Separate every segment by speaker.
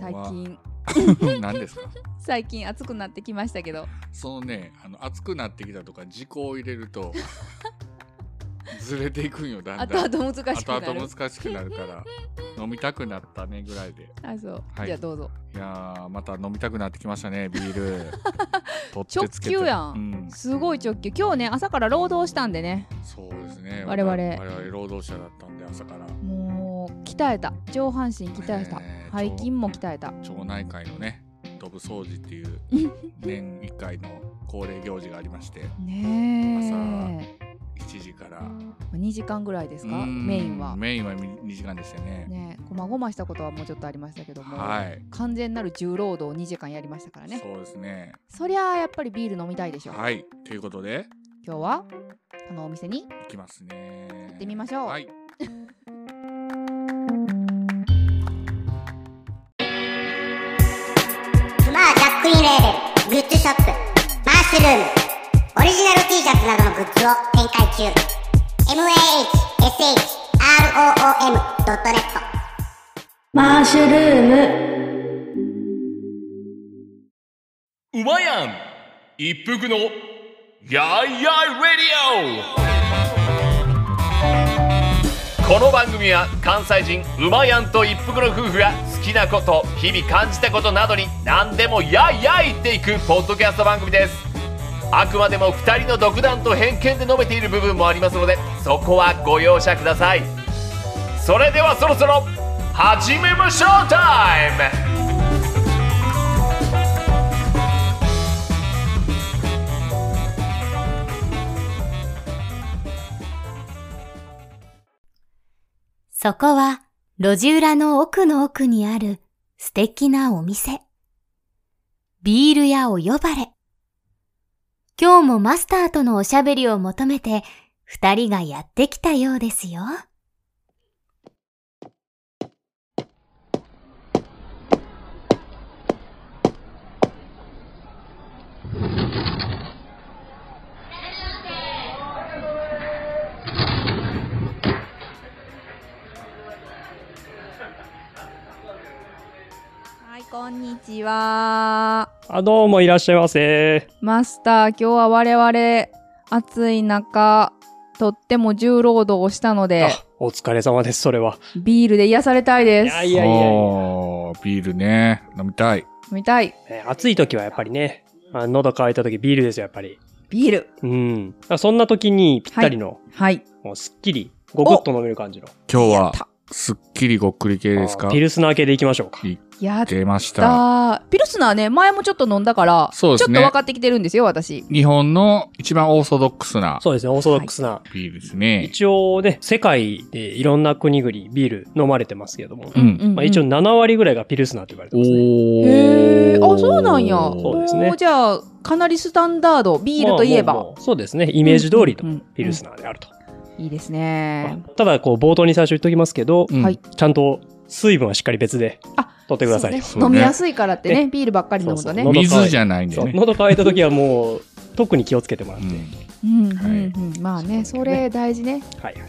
Speaker 1: 最近
Speaker 2: 近 何ですか
Speaker 1: 最近暑くなってきましたけど
Speaker 2: そのねあの熱くなってきたとか事故を入れる とずれていくんよだんだん
Speaker 1: 後々難しくなる
Speaker 2: 後々難しくなるから飲みたくなったねぐらいで
Speaker 1: あそう、
Speaker 2: はい
Speaker 1: じゃあどうぞ
Speaker 2: いやーまた飲みたくなってきましたねビー ル取
Speaker 1: 直球やん
Speaker 2: うん
Speaker 1: すごい直球今日ね朝から労働したんでね
Speaker 2: そうですね
Speaker 1: 我々
Speaker 2: 我々労働者だったんで朝から
Speaker 1: もう鍛えた上半身鍛えた、
Speaker 2: えー
Speaker 1: 背筋も鍛えた
Speaker 2: 町内会のねドブ掃除っていう 年1回の恒例行事がありまして
Speaker 1: ねえ
Speaker 2: 1時から
Speaker 1: 2時間ぐらいですか
Speaker 2: うん
Speaker 1: メインはね
Speaker 2: メインは2時間でしたね
Speaker 1: えこまごましたことはもうちょっとありましたけども、
Speaker 2: はい
Speaker 1: 完全なる重労働を2時間やりましたからね
Speaker 2: そうですね
Speaker 1: そりゃあやっぱりビール飲みたいでしょ、
Speaker 2: はいということで
Speaker 1: 今日はあのお店に
Speaker 2: いきますね行
Speaker 1: ってみましょう
Speaker 2: はい
Speaker 3: スマージャックインレーベル、グッズショップ、マッシュルーム、オリジナル T シャツなどのグッズを展開中。mahshroom.net
Speaker 4: マーシュルーム
Speaker 5: うまやん一服のやいやいレディオこの番組は関西人うまやんと一服の夫婦が好きなこと日々感じたことなどに何でもやいやい言っていくポッドキャスト番組ですあくまでも2人の独断と偏見で述べている部分もありますのでそこはご容赦くださいそれではそろそろ始めましょうタイム
Speaker 6: そこは路地裏の奥の奥にある素敵なお店。ビール屋お呼ばれ。今日もマスターとのおしゃべりを求めて二人がやってきたようですよ。
Speaker 1: はいこんにちは
Speaker 7: あ、どうもいらっしゃいませ。
Speaker 1: マスター今日は我々暑い中とっても重労働をしたので
Speaker 7: あ、お疲れ様です、それは。
Speaker 1: ビールで癒されたい
Speaker 7: い
Speaker 1: です
Speaker 7: やいやいやい
Speaker 2: おービールね飲みたい
Speaker 1: 飲みたい
Speaker 7: やね暑い時はやっぱりね、あ喉乾いた時ビールですよ、やっぱり。
Speaker 1: ビール
Speaker 7: うん。あそんな時にぴったりの、
Speaker 1: はい
Speaker 7: もうすっきり、ごごっと飲める感じの。
Speaker 2: 今日
Speaker 1: やっ
Speaker 2: は
Speaker 1: た
Speaker 2: すっきりごっくり系ですか
Speaker 7: あピルスナー系でいきましょうか。
Speaker 1: やっ
Speaker 2: 出ました
Speaker 1: たピルスナーね前もちょっと飲んだから、ち
Speaker 2: そ
Speaker 1: ょ
Speaker 2: う
Speaker 1: っ
Speaker 2: で
Speaker 1: と
Speaker 2: すね
Speaker 1: 分かってきてるんですよ私
Speaker 2: 日本の一番オーソドックスな
Speaker 7: そうですね、オーソドックスな。
Speaker 2: ビールですね
Speaker 7: 一応ね、世界でいろんな国々ビール飲まれてますけども、
Speaker 2: うん
Speaker 1: うん
Speaker 7: まあ、一応7割ぐらいがピルスナーって言われてますね。
Speaker 2: おー
Speaker 1: へえあそうなんや
Speaker 7: そうですね
Speaker 1: おーじゃあかなりスタンダードビールといえば、
Speaker 7: まあもうもうそうですね、イメージ通り
Speaker 1: うんうん
Speaker 7: の
Speaker 1: うん
Speaker 7: ピルスナーであると。
Speaker 1: いいですね
Speaker 7: ただ、こう、冒頭に最初言っときますけど、
Speaker 2: うん
Speaker 1: はい
Speaker 7: ちゃんと水分はしっかり別で
Speaker 1: あ
Speaker 7: 取ってくださいよ。
Speaker 1: そううね
Speaker 2: ね
Speaker 1: 飲みやすいからってねビールばっかり飲むとね
Speaker 7: そうそう
Speaker 2: 水じゃないんだ
Speaker 7: そ
Speaker 2: よ
Speaker 7: う
Speaker 2: ね
Speaker 7: 喉乾いた時はもう特に気をつけてもらって。
Speaker 2: うん
Speaker 1: うんうんうんまあねそれ大事ね
Speaker 7: はいはい。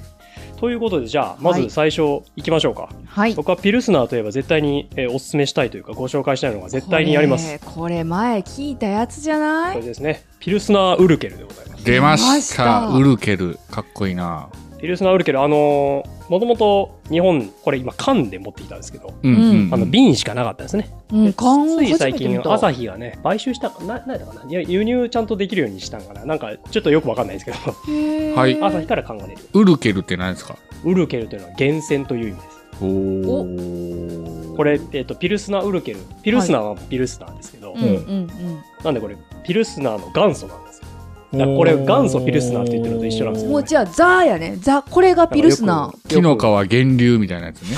Speaker 7: ということでじゃあま
Speaker 1: はい
Speaker 7: ず最初行きましょうか。
Speaker 1: はい
Speaker 7: 僕はピルスナーといえば絶対に、えーおすすめしたいというかご紹介したいのが絶対にあります。これ
Speaker 1: これこれ前聞いたやつじゃない
Speaker 7: ですね。ピルスナーウルケルでございます。
Speaker 2: 出ました
Speaker 1: 出ました
Speaker 2: ウルケルかっこいいな
Speaker 7: ピルスナーウルケルあのもともと日本これ今缶で持ってきたんですけど。
Speaker 2: うんうん
Speaker 7: あの瓶しかなかったんですね。
Speaker 1: うん
Speaker 7: で
Speaker 1: 缶
Speaker 7: つい
Speaker 1: 初め
Speaker 7: 最
Speaker 1: て
Speaker 7: 近
Speaker 1: 見、た
Speaker 7: 朝日がね、買収したかな、なんだったかな、いや輸入ちゃんとできるようにしたんかな、なんかちょっとよくわかんないですけど、
Speaker 1: へー
Speaker 2: はい
Speaker 7: 朝日から缶が出る。
Speaker 2: ウルケルって何ですか
Speaker 7: ウルケルというのは源泉という意味です。
Speaker 2: おお
Speaker 7: これ、えっとピルスナーウルケル。ピルスナーはピルスナーですけど、
Speaker 1: うんうん
Speaker 7: なんでこれ、ピルスナーの元祖なんですよ。だからこれ、元祖ピルスナーって言ってるのと一緒なんです
Speaker 1: うん
Speaker 7: よ。
Speaker 1: もうじゃあザーやねザこれがピルスナー
Speaker 2: 木の
Speaker 7: の
Speaker 2: 皮源流みたいなやつ ね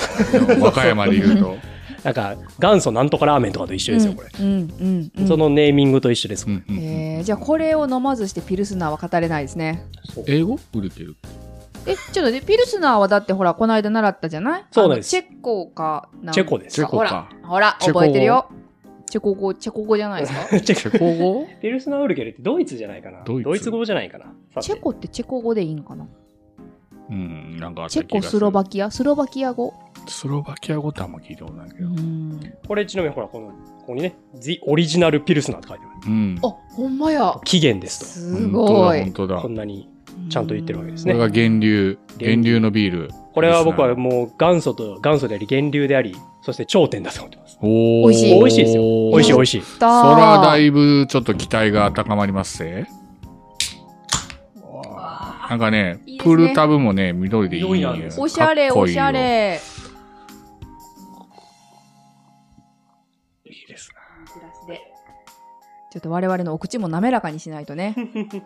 Speaker 2: 和歌山で言うと
Speaker 7: なんか、元祖なんとかラーメンとかと一緒ですよ、これ。
Speaker 1: うんうんうんうん
Speaker 7: そのネーミングと一緒です。
Speaker 2: うんうんうん
Speaker 1: えーじゃあこれを飲まずしてピルスナーは語れないですね
Speaker 2: 英語ウルケル
Speaker 1: えちょっとねピルスナーはだってほらこの間習ったじゃない
Speaker 7: そうです
Speaker 1: あのチェコかなんか
Speaker 7: チェコです
Speaker 2: チェコ
Speaker 1: ほら
Speaker 2: か
Speaker 1: ほら
Speaker 2: チェコ語
Speaker 1: 覚えてるよチェコ語チェコ語じゃない ですか
Speaker 7: チ
Speaker 2: チ
Speaker 7: ェコ
Speaker 2: ェコ 語
Speaker 7: ピルスナーウルケルってドイツじゃないかな。
Speaker 2: ド
Speaker 7: ド
Speaker 2: イ
Speaker 7: イ
Speaker 2: ツ
Speaker 7: ツ語じゃないかな。さて
Speaker 1: チェコってチェコ語でいいんかな
Speaker 2: うんなんかあった
Speaker 1: チ
Speaker 2: 気が
Speaker 1: ェコスロバ
Speaker 2: キ
Speaker 1: キアスロバキア語
Speaker 2: スロバキア語ってあんま聞いたことないけ
Speaker 1: う
Speaker 2: ど。
Speaker 1: ん。
Speaker 7: これちなみにほら、この、ここにね、The Original Pilsner って書いてあ
Speaker 2: う
Speaker 7: る。
Speaker 2: ん。
Speaker 1: あ、ほんまや。
Speaker 7: 起源です
Speaker 1: すごい
Speaker 2: 本。当だ。
Speaker 7: と。こ
Speaker 2: 本当
Speaker 7: ん
Speaker 2: だ
Speaker 7: なにちゃんと言ってるわけです
Speaker 2: これ
Speaker 7: ね。
Speaker 2: が源流、源流のビール。
Speaker 7: これは僕はもう元祖と元祖であり、源流であり、そして頂点だと思ってます。
Speaker 2: おー
Speaker 1: 美味しい
Speaker 7: 美味しいですよ。美味しい美味しい。
Speaker 1: そ
Speaker 2: そらだいぶちょっと期待が高まりますぜ。なんかね
Speaker 1: いいですね
Speaker 2: プールタブもね、緑でいい
Speaker 7: 緑なんです
Speaker 1: おしゃれ、
Speaker 2: かっこ
Speaker 1: お
Speaker 2: いい
Speaker 1: し
Speaker 2: よ
Speaker 1: ゃ。れ。
Speaker 2: いいですね
Speaker 1: ちょっと我々のお口も滑らかにしないとね。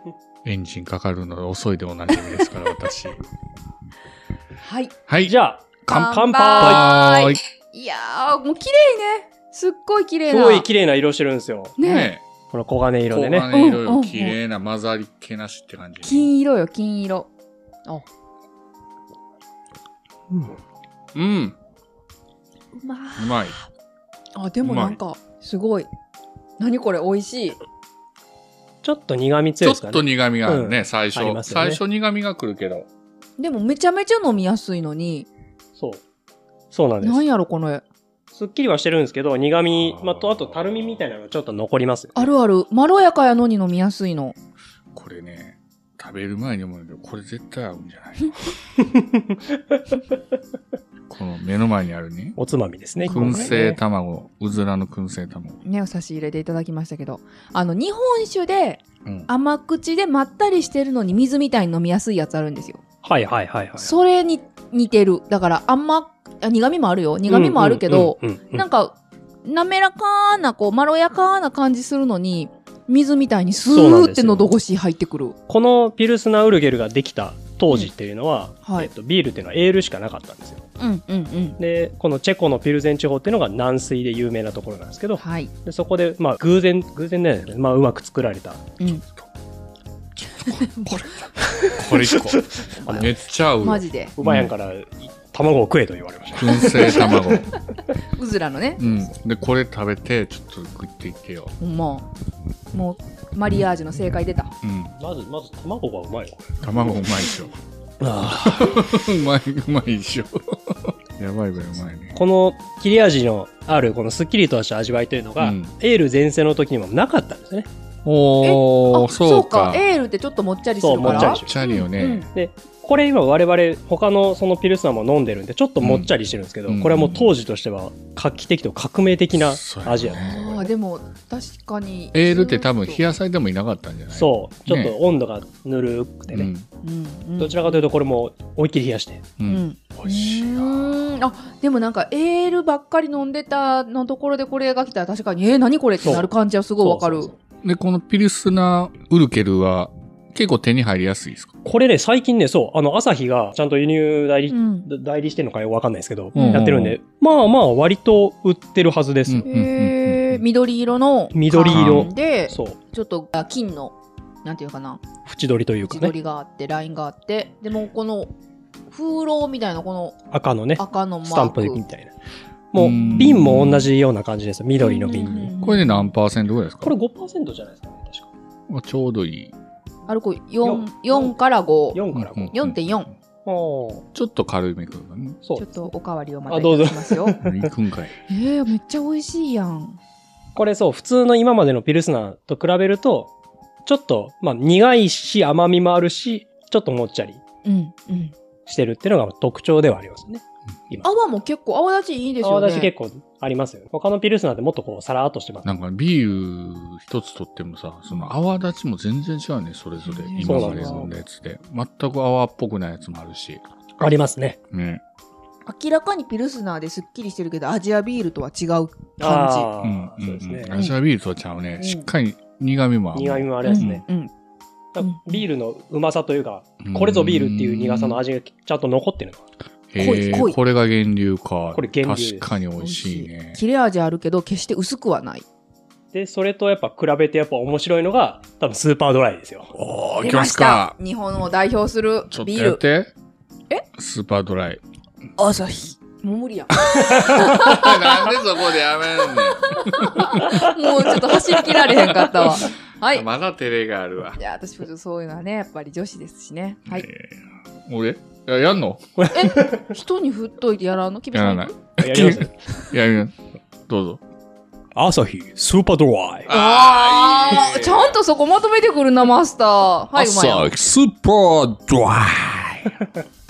Speaker 2: エンジンかかるのが遅いでおなじみですから、私。
Speaker 1: はい。
Speaker 2: はい。
Speaker 7: じ
Speaker 2: ゃ
Speaker 7: ゃあ、
Speaker 1: 乾
Speaker 7: 乾杯
Speaker 2: はーい。
Speaker 1: いやー、もう綺麗ね。すっごい綺麗
Speaker 7: す
Speaker 1: な。
Speaker 7: ごい綺麗な色してるんですよ。
Speaker 1: ね
Speaker 2: ね
Speaker 7: この黄金
Speaker 2: え。
Speaker 7: 色
Speaker 2: こ
Speaker 7: で
Speaker 2: う
Speaker 7: ね。
Speaker 2: がね、いろい
Speaker 1: うんうんう
Speaker 2: ろ
Speaker 1: ん
Speaker 2: 綺麗な混ざりっけなしって感じ。
Speaker 1: 金色よ、金色。
Speaker 2: うん。
Speaker 1: うま
Speaker 2: うまい。
Speaker 1: あ、でもなんか、すごい。何これ、美味しい。
Speaker 7: ちょっと苦味
Speaker 2: ちょ
Speaker 7: 強い
Speaker 2: っ
Speaker 7: ですか
Speaker 2: と
Speaker 7: ね。
Speaker 2: 苦味があるね、最初、
Speaker 7: ありますよね
Speaker 2: 最初苦味が来るけど。
Speaker 1: でもめちゃめちゃ飲みやすいのに、
Speaker 7: そう。そうなんで
Speaker 1: なんやろ、この、
Speaker 7: す。すっきりはしてるんですけど、苦味
Speaker 2: あ、ー
Speaker 7: まあ、と、あと、たるみみたいなのがちょっと残りますよ。
Speaker 1: あるある、まろやかやのに飲みやすいの。
Speaker 2: これね、食べる前に思うんだけど、これ絶対合うんじゃないのこの目の前にあるね、
Speaker 7: おつまみですね。
Speaker 2: 燻
Speaker 7: 今回
Speaker 2: 製
Speaker 7: ね
Speaker 2: 卵、うずらの燻製卵。
Speaker 1: ね、お差し入れでいただきましたけど、あの、日本酒で
Speaker 2: うん。
Speaker 1: 甘口でまったりしてるのに水みたいに飲みやすいやつあるんですよ。
Speaker 7: はいはいはいはい。
Speaker 1: それに似てる。だから甘、あ苦味もあるよ。苦味もあるけど、
Speaker 7: うんうんうんうん、
Speaker 1: なんか、滑らかな、こう、まろやかな感じするのに、水みたいにス
Speaker 7: そうなん
Speaker 1: ー
Speaker 7: で
Speaker 1: っ
Speaker 7: す
Speaker 1: て
Speaker 7: よ
Speaker 1: 喉越し入ってくる。
Speaker 7: このピルスナウルゲルができた当時っていうのは、
Speaker 1: うんはい
Speaker 7: えっと、ビールっていうのはエールしかなかったんですよ。
Speaker 1: うんうんうん。
Speaker 7: で、このチェコのピルゼン地方っていうのが軟水で有名なところなんですけど、
Speaker 1: はい。
Speaker 7: でそこで、まあ、偶然、偶然ね、まあ、うまく作られた。
Speaker 1: うん。
Speaker 2: これ一個。めっちゃ合う。
Speaker 1: マジで。
Speaker 7: うまやんから、卵を食えと言われました。
Speaker 2: 燻製卵。
Speaker 1: うずらのね。
Speaker 2: うん。で、これ食べて、ちょっと食っていってよ。
Speaker 1: ほんま。もう、マリアージュの正解出た。
Speaker 2: うん。
Speaker 7: まず、まず、卵がうまいよ。
Speaker 2: 卵うまいでしょ。
Speaker 7: あ
Speaker 2: うまい、うまいでしょ。 やばいぐらいうまいね。
Speaker 7: この切れ味のある、このすっきりとした味わいというのが、
Speaker 2: うん
Speaker 7: エール全盛の時にもなかったんですね。
Speaker 2: おー、そうか。
Speaker 1: エールってちょっともっちゃりす
Speaker 7: そう、
Speaker 1: る
Speaker 7: も
Speaker 1: か
Speaker 7: っちゃ
Speaker 1: ら
Speaker 7: り。してる。
Speaker 2: チャリよ
Speaker 1: う
Speaker 2: ね
Speaker 1: ん。
Speaker 7: で、これ今我々他のそのピルスナーも飲んでるんで、ちょっともっちゃりしてるんですけど、
Speaker 2: うん
Speaker 7: これはもう当時としては画期的と革命的な味やったんですよ
Speaker 1: あ
Speaker 7: こ
Speaker 1: あ、
Speaker 7: れ
Speaker 1: でも、確かに。
Speaker 2: エールって多分冷やされてもいなかったんじゃない
Speaker 7: そう、ちょっと温度がぬるくてね、
Speaker 2: うん
Speaker 1: うんうん。
Speaker 7: どちらかというとこれも思いっきり冷やして。
Speaker 2: う。
Speaker 1: うんん。
Speaker 2: 美味しいな
Speaker 1: うーんあでもなんかエールばっかり飲んでたのところでこれが来たら確かにえー、何これってなる感じはすごいわかる
Speaker 7: そうそう
Speaker 2: で、このピルスナーウルケルは結構手に入りやすいですか
Speaker 7: そうこれね、最近ね、そう、あの、朝日がちゃんと輸入代理、
Speaker 1: うん
Speaker 7: 代理してるのかよくわかんないですけど、
Speaker 1: うん
Speaker 7: やってるんで、まあまあ割と売ってるはずですよ。
Speaker 2: うん
Speaker 1: へ
Speaker 2: う
Speaker 1: ー
Speaker 2: ん
Speaker 1: 緑色の
Speaker 7: 緑
Speaker 2: 色
Speaker 1: 缶で
Speaker 7: そう、
Speaker 1: ちょっとあ金のなんていうかな
Speaker 7: 縁取りというか
Speaker 1: 縁
Speaker 7: ね、
Speaker 1: 取りがあってラインがあってでもこの風炉みたいなこの
Speaker 7: 赤のね、
Speaker 1: 赤のマーク
Speaker 7: スタンプみたいな。も
Speaker 2: う
Speaker 7: う、
Speaker 2: ん
Speaker 7: 瓶も同じような感じですよ。緑の瓶
Speaker 1: うんうん
Speaker 7: に。
Speaker 1: うん
Speaker 2: これで何パーセントぐらいですか
Speaker 7: これ5%じゃないですかね、確か。
Speaker 2: あちょうどいい。
Speaker 1: あれこれ
Speaker 7: 四
Speaker 1: 4, 4から5
Speaker 7: 4から5。
Speaker 2: うん
Speaker 1: 4.4
Speaker 7: あ
Speaker 2: ちょっと軽いめくるかね。
Speaker 7: あ、そ
Speaker 1: ちょっ
Speaker 7: う。
Speaker 1: とおかわりをまた
Speaker 7: あどう
Speaker 1: い
Speaker 7: ぞ
Speaker 1: ただきますよ
Speaker 2: いくんかい。
Speaker 1: えー、めっちゃ美味しいやん
Speaker 7: これそう、普通の今までのピルスナーと比べると、ちょっと、まあ、苦いし、甘みもあるし、ちょっともっちゃり
Speaker 1: うんうん
Speaker 7: してるっていうのが特徴ではありますね。今。
Speaker 1: 泡も結構泡立ちいいですよね
Speaker 7: 私結構ありますよね。他のピルスナーってもっとこう、さらっとしてます。
Speaker 2: なんかビール一つ取ってもさ、その泡立ちも全然違うね、それぞれ。
Speaker 1: ね
Speaker 2: 今まで飲んだやつで。全く泡っぽくないやつもあるし。
Speaker 7: ありますね。
Speaker 2: ね。
Speaker 1: 明らかにピルスナーですっきりしてるけどアジアビールとは違う感
Speaker 7: あ
Speaker 2: うん
Speaker 7: あ、
Speaker 2: う
Speaker 7: そうんです
Speaker 2: うん。
Speaker 7: ね。
Speaker 2: アジアビールとはちゃうね。
Speaker 1: ん
Speaker 2: しっかり苦味もある。
Speaker 7: 苦味もあ
Speaker 1: じ
Speaker 7: れですね。
Speaker 1: うん
Speaker 7: だからビールのうまさというか、
Speaker 2: うん
Speaker 7: これぞビールっていう苦さの味がちゃんと残ってるのが
Speaker 2: へ
Speaker 1: 濃い濃
Speaker 2: ー
Speaker 1: い
Speaker 2: これが源流か。
Speaker 7: これ源流です
Speaker 2: 確かに美味しいね。
Speaker 1: 切れ味あるけど決して薄くはない
Speaker 7: で、それとやっぱ比べてやっぱ面白いのが、多分スーパードライですよ。
Speaker 2: おー、
Speaker 1: 出
Speaker 2: きま
Speaker 1: ますした
Speaker 2: か。
Speaker 1: 日本を代表する
Speaker 2: ちょっと
Speaker 1: ビ
Speaker 2: や
Speaker 1: ー
Speaker 2: っ
Speaker 1: ル
Speaker 2: て。
Speaker 1: え
Speaker 2: スーパード ライ。
Speaker 1: 朝日もう無理やん
Speaker 2: なんでそこでやめんね
Speaker 1: もうちょっと走り切られへんかった わはい
Speaker 2: ん。まだ照れがあるわ。
Speaker 1: いや私そういうのはねやっぱり女子ですしねはい
Speaker 2: 俺いや、やんの
Speaker 1: 人に振っといてやらんの君
Speaker 2: や
Speaker 1: さ
Speaker 2: ら
Speaker 1: ん
Speaker 2: ない。
Speaker 7: やります
Speaker 2: いや、やどうぞ。
Speaker 8: 朝日スーパードライ。
Speaker 1: あーちゃんとそこまとめてくるなマスターはいお前
Speaker 8: 朝日スーパードライ。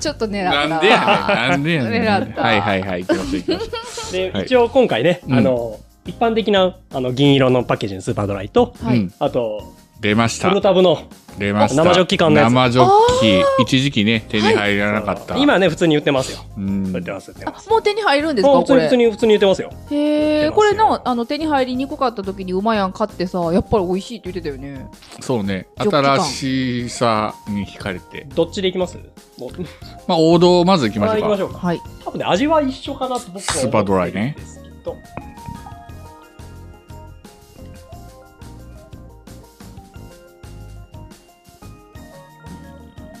Speaker 1: ちょっと狙った
Speaker 2: なんでやねん。なんでやねん。
Speaker 1: 狙った
Speaker 2: はいはいはい。行きましょう行きましょ
Speaker 7: で、
Speaker 2: はい
Speaker 7: 一応今回ね、
Speaker 2: うん
Speaker 7: あの、一般的な、あの、銀色のパッケージのスーパードライと、
Speaker 2: う。
Speaker 1: はい
Speaker 2: うん
Speaker 7: あと、
Speaker 2: 出まし
Speaker 7: プ
Speaker 2: た
Speaker 7: ロ。タブの、
Speaker 2: 出ました。
Speaker 7: 生ジョッキ缶のやつ
Speaker 2: 生ジョッキ。一時期ね、手に入らなかった。
Speaker 7: 今ね、普通に売ってますよ。
Speaker 2: うん
Speaker 7: 売ってます、売ってます。
Speaker 1: もう手に入るんです
Speaker 7: も
Speaker 1: か
Speaker 7: う
Speaker 1: こ
Speaker 7: 普通に、普
Speaker 1: れ
Speaker 7: 通に、普通に売ってますよ。
Speaker 1: へえ
Speaker 7: 売ってますよ
Speaker 1: これなあの手に入りにくかった時にうまやん買ってさやっぱり美味しいって言ってたよね
Speaker 2: そうね。
Speaker 1: ジョッキ缶
Speaker 2: 新しさに惹かれて。
Speaker 7: どっちでいきますもう、
Speaker 2: まあ、王道をまず行きましょうか。
Speaker 7: 行きましょうか。
Speaker 1: はい
Speaker 7: 多分ね、味は一緒かなと僕は思ってるん
Speaker 2: スーパードライね
Speaker 7: ですけど。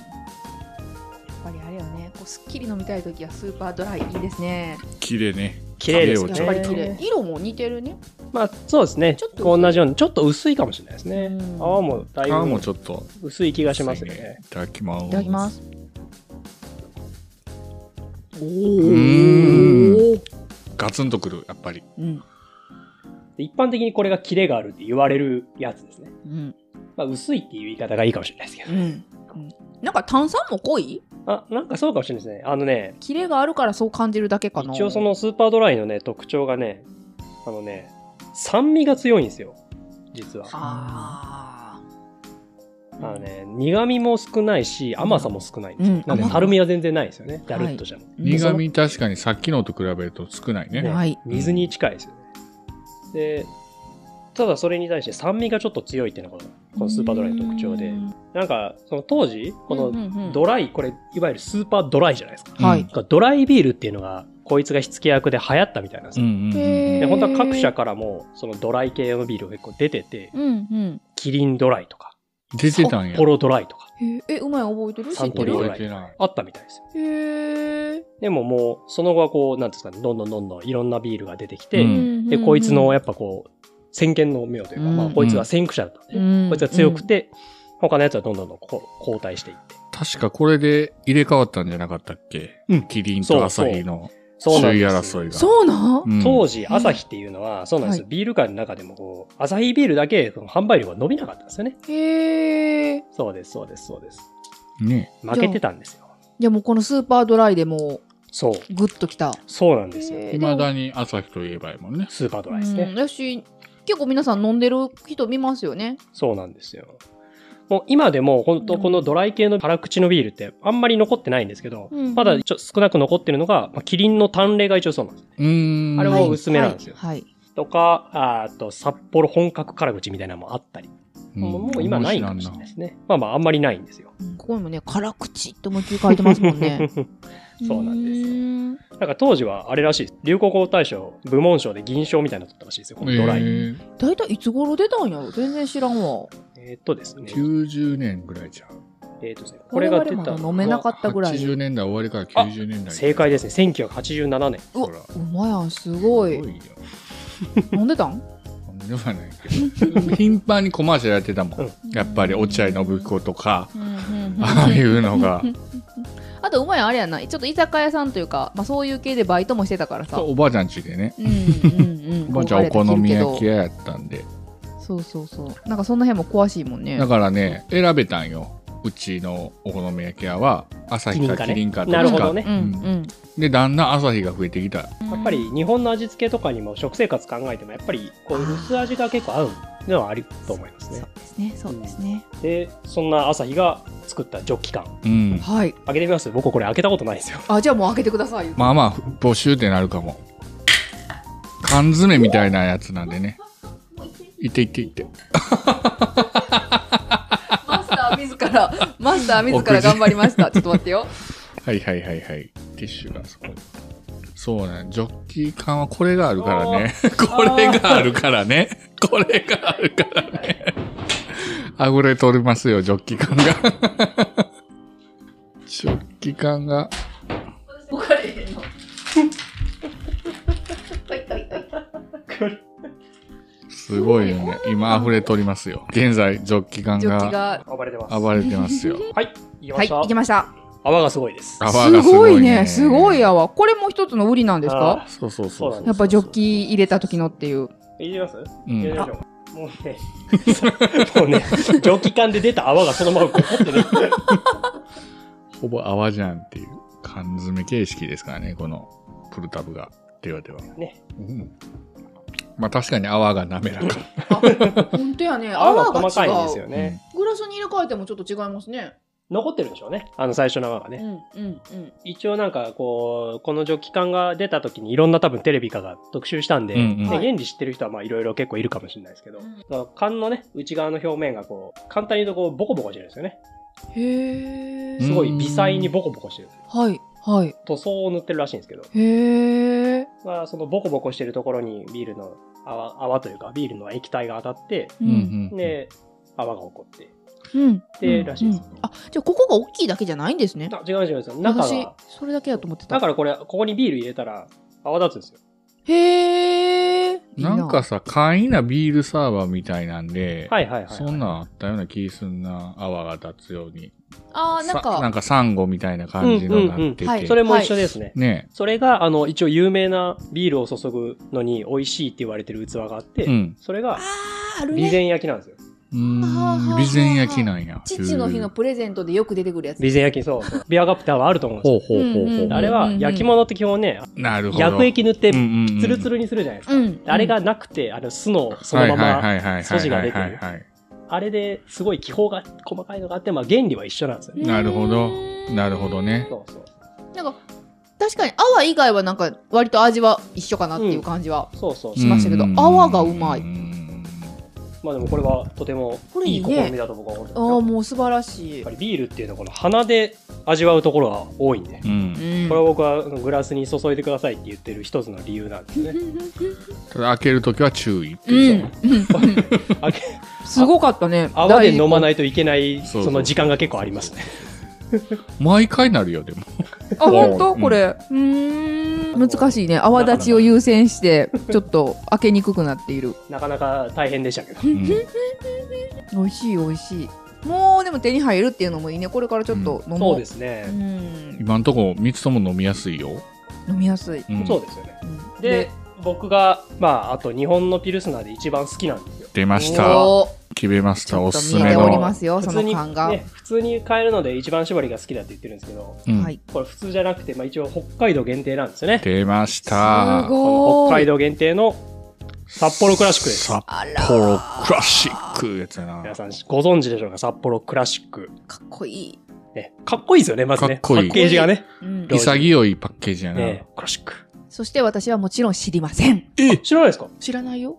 Speaker 1: やっぱりあれよねこうすっきり飲みたい時はスーパードライいいですね
Speaker 2: 綺麗ね。
Speaker 7: 綺麗ですよ
Speaker 2: ちょ
Speaker 1: や
Speaker 2: っ
Speaker 1: っ
Speaker 2: と
Speaker 1: ぱり綺
Speaker 7: ね
Speaker 1: 麗。色も似てるね
Speaker 7: まあ、そうですね。
Speaker 1: ちょっと薄い
Speaker 7: 同じように、ちょっと薄いかもしれないですね
Speaker 1: う。ん
Speaker 7: 泡もだい
Speaker 2: 皮も
Speaker 7: ぶ
Speaker 2: ちょっと。
Speaker 7: 薄い気がしますよね。
Speaker 2: いただきます。
Speaker 1: いただきます
Speaker 2: うーん。ガツンとくる、やっぱり。
Speaker 1: うん
Speaker 7: で一般的にこれがキレがあるって言われるやつですね。
Speaker 1: うん
Speaker 7: まあ、薄いっていう言い方がいいかもしれないですけど
Speaker 1: う。んなんか炭酸も濃い
Speaker 7: あ、なんかそうかもしれないですね。あのね、
Speaker 1: キレがあるからそう感じるだけかな
Speaker 7: 一応そのスーパードライのね、特徴がね、あのね、酸味が強いんですよ。実は。
Speaker 1: あ
Speaker 7: あのね、苦味も少ないし、甘さも少ないんですよ。
Speaker 1: うん
Speaker 7: なんで、
Speaker 1: 甘さ
Speaker 7: たるみは全然ないですよね。だるっとじゃん。
Speaker 1: うん
Speaker 2: 苦味確かにさっきのと比べると少ないね。
Speaker 7: ね
Speaker 1: はい
Speaker 7: 水に近いですよね。で、ただそれに対して酸味がちょっと強いっていうのが、このスーパードライの特徴で、なんか、その当時、
Speaker 1: う
Speaker 7: こ
Speaker 1: んうんうん
Speaker 7: のドライ、これ、いわゆるスーパードライじゃないですか。
Speaker 2: うん
Speaker 1: はい。
Speaker 7: ドライビールっていうのが、こいつが火付け役で流行ったみたいなんです
Speaker 2: うんう
Speaker 7: よ。
Speaker 2: んうん
Speaker 1: へ
Speaker 7: で
Speaker 1: ー
Speaker 7: 本当は各社からも、そのドライ系のビールが結構出てて、
Speaker 1: うんうん
Speaker 7: キリンドライとか、
Speaker 2: 出てたんや。
Speaker 7: ポロドライとか、
Speaker 1: へーえうまいん覚えてる知
Speaker 7: サ
Speaker 1: っ
Speaker 7: ン
Speaker 1: て
Speaker 7: トリ
Speaker 1: る
Speaker 7: ー
Speaker 2: 覚
Speaker 7: ド
Speaker 2: え
Speaker 7: ラ
Speaker 2: て
Speaker 7: イ
Speaker 2: ない。
Speaker 7: あったみたいですよ。
Speaker 1: へえ
Speaker 7: でももう、その後はこう、なんていうんですかね、どんどんどんどんいろんなビールが出てきて、
Speaker 2: うん
Speaker 7: で、こいつの、
Speaker 1: や
Speaker 7: やっぱこう、先見の妙というか、
Speaker 1: うん
Speaker 7: まあ、こいつが先駆者だったんで、こいつが強く
Speaker 1: て
Speaker 7: て、他のやつはどんどんどんこう後退していって。
Speaker 2: 確かこれで入れ替わったんじゃなかったっけ
Speaker 7: うん
Speaker 2: キリンと朝日の
Speaker 7: そうなん
Speaker 2: 首位
Speaker 7: です
Speaker 2: 争いが。
Speaker 1: そうなん
Speaker 2: うん
Speaker 7: 当時、朝日っていうのは、そうなんですよ。
Speaker 1: は
Speaker 7: ビール界の中でも、こう、朝日ビールだけ、その販売量が伸びなかったんですよね。
Speaker 1: へえ
Speaker 7: そうです、そうです、そうです。
Speaker 2: ね。
Speaker 7: 負けてたんですよ。
Speaker 1: いやもうこのスーパードライでも
Speaker 7: そう。
Speaker 1: うグッときた
Speaker 7: そうなんですよ。
Speaker 1: へえ
Speaker 2: いまだに朝日といえばいいもんね。
Speaker 7: スーパードライです
Speaker 1: うん
Speaker 7: ね。
Speaker 1: やし結構皆さん飲んでる人見ますよね
Speaker 7: そうなんですよ。もう今でも、本当このドライ系の辛口のビールって、あんまり残ってないんですけど、
Speaker 1: うん
Speaker 7: まだちょ少なく残ってるのが、まあキリンの淡麗が一応そうなんです。
Speaker 2: うーん。
Speaker 7: あれも薄めなんですよ。
Speaker 1: はい
Speaker 7: とか、ああと、札幌本格辛口みたいなのもあったり。
Speaker 2: うん
Speaker 7: もうもう今ないかもしれないですね。まあまあ、あんまりないんですよ。
Speaker 1: うんここにもね辛口って思いっきり書いてますもんね
Speaker 7: そうなんですよ
Speaker 1: んです
Speaker 7: なんか当時はあれらしいです。流行語大賞、部門賞で銀賞みたいなの取ったらしいですよ、このドライ。
Speaker 2: え
Speaker 7: え
Speaker 2: ー
Speaker 1: 大体いつ頃出たんやろ全然知らんわ
Speaker 7: ーっとですね。
Speaker 2: 90年ぐらいじゃん。
Speaker 7: えーっとですね、こ
Speaker 1: こ
Speaker 7: れ
Speaker 1: れ
Speaker 7: が
Speaker 1: が
Speaker 7: 出
Speaker 1: 出
Speaker 7: た
Speaker 1: た
Speaker 7: の
Speaker 1: 飲めなかったぐらい
Speaker 2: 80年代終わりから90年代。
Speaker 7: 正解ですね。1987年。
Speaker 1: う
Speaker 2: ほ
Speaker 1: わ
Speaker 2: ら
Speaker 1: うまやんすご
Speaker 2: す
Speaker 1: い
Speaker 2: ごいよ。
Speaker 1: 飲んでたん
Speaker 2: とんでもないけど。 頻繁にコマーシャルやってたもん
Speaker 7: う。
Speaker 2: やっぱり落合信彦とか、
Speaker 1: うんうんうん
Speaker 2: ああいうの が。
Speaker 1: あとうまいあれやないちょっと居酒屋さんというか、まあ、そういう系でバイトもしてたからさ
Speaker 2: おばあちゃん家でね。
Speaker 1: うんうんうん
Speaker 2: おばあちゃんお好み焼き
Speaker 1: や
Speaker 2: 屋やったんで。
Speaker 1: そうそうそうなんかその辺も詳しいもんね
Speaker 2: だからね、選べたんよ。うちのお好み焼き屋は、朝日かキ
Speaker 7: キ
Speaker 2: リ
Speaker 7: リ
Speaker 2: ン
Speaker 7: ン
Speaker 2: か
Speaker 7: か
Speaker 2: ど
Speaker 7: ね
Speaker 2: っ
Speaker 7: な
Speaker 2: ち
Speaker 7: るほど
Speaker 2: か。
Speaker 7: ね
Speaker 1: うんうん
Speaker 2: で、だんだん朝日が増えてきた。
Speaker 7: やっぱり日本の味付けとかにも食生活考えても、やっぱりこういう薄味が結構合うのはありと思います
Speaker 1: そ
Speaker 7: ね
Speaker 1: う。ですねそうですね、
Speaker 7: で、そんな朝日が作ったジョッキ缶。
Speaker 2: うん。
Speaker 1: はい
Speaker 7: 開けてみます僕これ開けたことないですよ。
Speaker 1: あじゃあもう開けてください
Speaker 2: まあまあ、募集ってなるかも。缶詰みたいなやつなんでね。いっていっていって。
Speaker 1: マスター自らマスター自ら頑張りましたちょっと待ってよ
Speaker 2: はいはいはいはい。ティッシュがそこに。そうね。ジョッキー缶はこれがあるからね。 これがあるからね。これがあるからね。あぐれ取りますよ、ジョッキー缶 が。ジョッキー缶が。すごいよね。今溢れ取りますよ。現在、ジョッキ缶
Speaker 1: ジョッキ
Speaker 2: が
Speaker 1: が
Speaker 7: 暴れてます。
Speaker 2: 暴れてますよ。
Speaker 7: はい、行き
Speaker 1: は
Speaker 7: ま
Speaker 1: い
Speaker 7: した。
Speaker 1: 行きました
Speaker 7: 泡がすごいです。
Speaker 2: 泡
Speaker 1: す
Speaker 2: が
Speaker 1: ごいね。すごいやわ。これも一つの売りなんですか
Speaker 7: あ
Speaker 2: そうそうそう
Speaker 7: そうなん
Speaker 2: そ
Speaker 7: で
Speaker 1: やっぱジョッキ入れた時のっていう。
Speaker 7: いります
Speaker 2: う。うん
Speaker 7: いりましょう。もうね、もうね、蒸気管で出た泡がそのままここってね、
Speaker 2: ほぼ泡じゃんっていう缶詰形式ですからね、このプルタブが。ではでは。
Speaker 7: ね
Speaker 2: うん。まあ確かに泡が滑らか。
Speaker 1: 本当やね。
Speaker 7: 泡が
Speaker 1: 泡が
Speaker 7: 細かいんで
Speaker 1: 違
Speaker 7: す
Speaker 1: う
Speaker 7: よ。ね。
Speaker 1: グラスに入れ替えてもちょっと違いますね。
Speaker 7: 残ってるんでしょうね、あの最初の泡が
Speaker 1: う
Speaker 7: ね。
Speaker 1: んうんうん。
Speaker 7: 一応なんかこう、この蒸気管が出た時にいろんな多分テレビかが特集したんで、
Speaker 2: うんうん
Speaker 7: ね
Speaker 1: はい
Speaker 7: 原理知ってる人はまあいろいろ結構いるかもしれないですけど、
Speaker 1: うん
Speaker 7: その管のね、内側の表面がこう、簡単に言うとこう、ボコボコしてるんですよね。
Speaker 1: へ
Speaker 2: う
Speaker 7: す
Speaker 2: ん
Speaker 1: え。
Speaker 7: ごい微細にボコボコしてる。
Speaker 1: はいはい。
Speaker 7: 塗装を塗ってるらしいんですけど、
Speaker 1: へえ。
Speaker 7: まあ、そのボコボコしてるところにビールの泡泡というかビールの液体が当たって、
Speaker 1: う
Speaker 2: うんんうん。
Speaker 7: で泡が起こって
Speaker 1: うん。
Speaker 7: で、
Speaker 2: うん
Speaker 7: らし
Speaker 1: う
Speaker 7: い
Speaker 1: ん
Speaker 7: です、
Speaker 1: あ、じゃあここが大きいだけじゃないんですね。
Speaker 7: あ違う違う違う中
Speaker 1: 私
Speaker 7: が、
Speaker 1: それだけだと思ってた
Speaker 7: だか。らこれここにビール入れたら泡立つんですよ
Speaker 1: へえ。
Speaker 2: なんかさ、簡易なビールサーバーみたいなんで、
Speaker 7: はいはいはい、はい、
Speaker 2: そんなんあったような気すんな、泡が立つように。
Speaker 1: ああ、なん
Speaker 2: さ
Speaker 1: か、
Speaker 2: サンゴみたいな感じのなってて。
Speaker 1: うんうんうんはい
Speaker 7: それも一緒ですね、
Speaker 2: ね
Speaker 7: それがあの一応有名なビールを注ぐのに美味しいって言われてる器があって、
Speaker 2: うん。
Speaker 7: それ
Speaker 1: あ
Speaker 7: が
Speaker 1: る
Speaker 7: 備
Speaker 1: ね。
Speaker 7: 前焼きなんですよ
Speaker 2: うーん。備前焼きなんや。
Speaker 1: 父の日のプレゼントでよく出てくるやつ。
Speaker 7: 備前焼きそうそうビアカプターはあると思うんです
Speaker 2: ほ
Speaker 7: よ
Speaker 2: うほうほうほ
Speaker 1: う
Speaker 2: う。
Speaker 1: ん
Speaker 7: あれは焼き物って基本ね
Speaker 2: なるほど。
Speaker 7: 薬液塗って
Speaker 2: うんうんうん
Speaker 7: ツルツルにするじゃないですか、
Speaker 1: うん。
Speaker 7: あれがなくて、あの巣のそのまま、
Speaker 2: ま
Speaker 7: 素地が出てる
Speaker 2: る。
Speaker 7: あれですごい気泡が細かいのがあって、まあ原理は一緒なんですよね。
Speaker 2: なるほど
Speaker 1: うん
Speaker 2: なるほどね
Speaker 7: そうそう。
Speaker 1: なんか、確かに泡以外はなんか、割と味は一緒かなっていう感じは。
Speaker 7: そうそう
Speaker 1: しましたけど泡がうまい
Speaker 2: うん
Speaker 7: まあでもこれはとても
Speaker 1: これい
Speaker 7: い
Speaker 1: い
Speaker 7: い
Speaker 1: ね
Speaker 7: 試みだと僕は思ってます
Speaker 1: ああ、
Speaker 7: よ。
Speaker 1: もう素晴らしい
Speaker 7: やっぱ。りビールっていうのはこの鼻で味わうところが多いんで
Speaker 2: う、ん。
Speaker 1: うん
Speaker 7: これは僕はグラスに注いでくださいって言ってる一つの理由なんですね。
Speaker 2: ただ開けるときは注意って
Speaker 1: う
Speaker 2: い
Speaker 1: ん
Speaker 2: う。
Speaker 1: うん
Speaker 7: あけ
Speaker 1: すごかったね。。
Speaker 7: 泡で飲まないいといけない
Speaker 2: そうそう
Speaker 7: その時間が結構ありますね。
Speaker 2: 毎回なるよ、でも。
Speaker 1: あ、本当
Speaker 2: うん
Speaker 1: これ。うーん。難しいね。泡立ちを優先して、ちょっと開けにくくなっている。
Speaker 7: なかなか大変でしたけど。
Speaker 2: うん
Speaker 1: 美味しい、美味しい。もうでも手に入るっていうのもいいね。これからちょっと飲も
Speaker 7: そう
Speaker 1: う。
Speaker 7: です
Speaker 1: う
Speaker 7: ね。
Speaker 1: ん。
Speaker 2: 今んとこ、三つとも飲みやすいよ。
Speaker 1: 飲みやすい。
Speaker 2: うん
Speaker 7: そうですよね。
Speaker 1: うん
Speaker 7: で、、僕が、まあ、あと日本のピルスナーで一番好きなんですよ。
Speaker 2: 出ました。
Speaker 1: おー
Speaker 2: 決めまし
Speaker 1: ち
Speaker 2: た。
Speaker 1: ょ
Speaker 2: お
Speaker 1: っと
Speaker 2: すす
Speaker 1: 見え
Speaker 2: め
Speaker 1: て
Speaker 2: の。
Speaker 1: おりますよ、
Speaker 7: 普
Speaker 1: そ
Speaker 7: 通
Speaker 1: の
Speaker 7: に
Speaker 1: 感が。
Speaker 7: ね、普通に買えるので一番搾りが好きだって言ってるんですけど、
Speaker 2: うん
Speaker 1: はい。
Speaker 7: これ普通じゃなくて、まあ、一応北海道限定なんですよね。
Speaker 2: 出ました
Speaker 1: す。ごい
Speaker 7: この北海道限定の札幌クラシックです。
Speaker 2: 札幌クラシックやつやな。
Speaker 7: 皆さんご存知でしょうか札幌クラシック。
Speaker 1: かっこいい。
Speaker 7: ね、かっこいいですよね、まず
Speaker 2: か
Speaker 7: ね。
Speaker 2: っこいい
Speaker 7: パッケージがね。
Speaker 1: うん
Speaker 7: どう
Speaker 2: 潔いパッケージやな。
Speaker 7: ねクラシック。
Speaker 1: そして私はもちろん知りません。
Speaker 7: 知らないですか
Speaker 1: 知らないよ。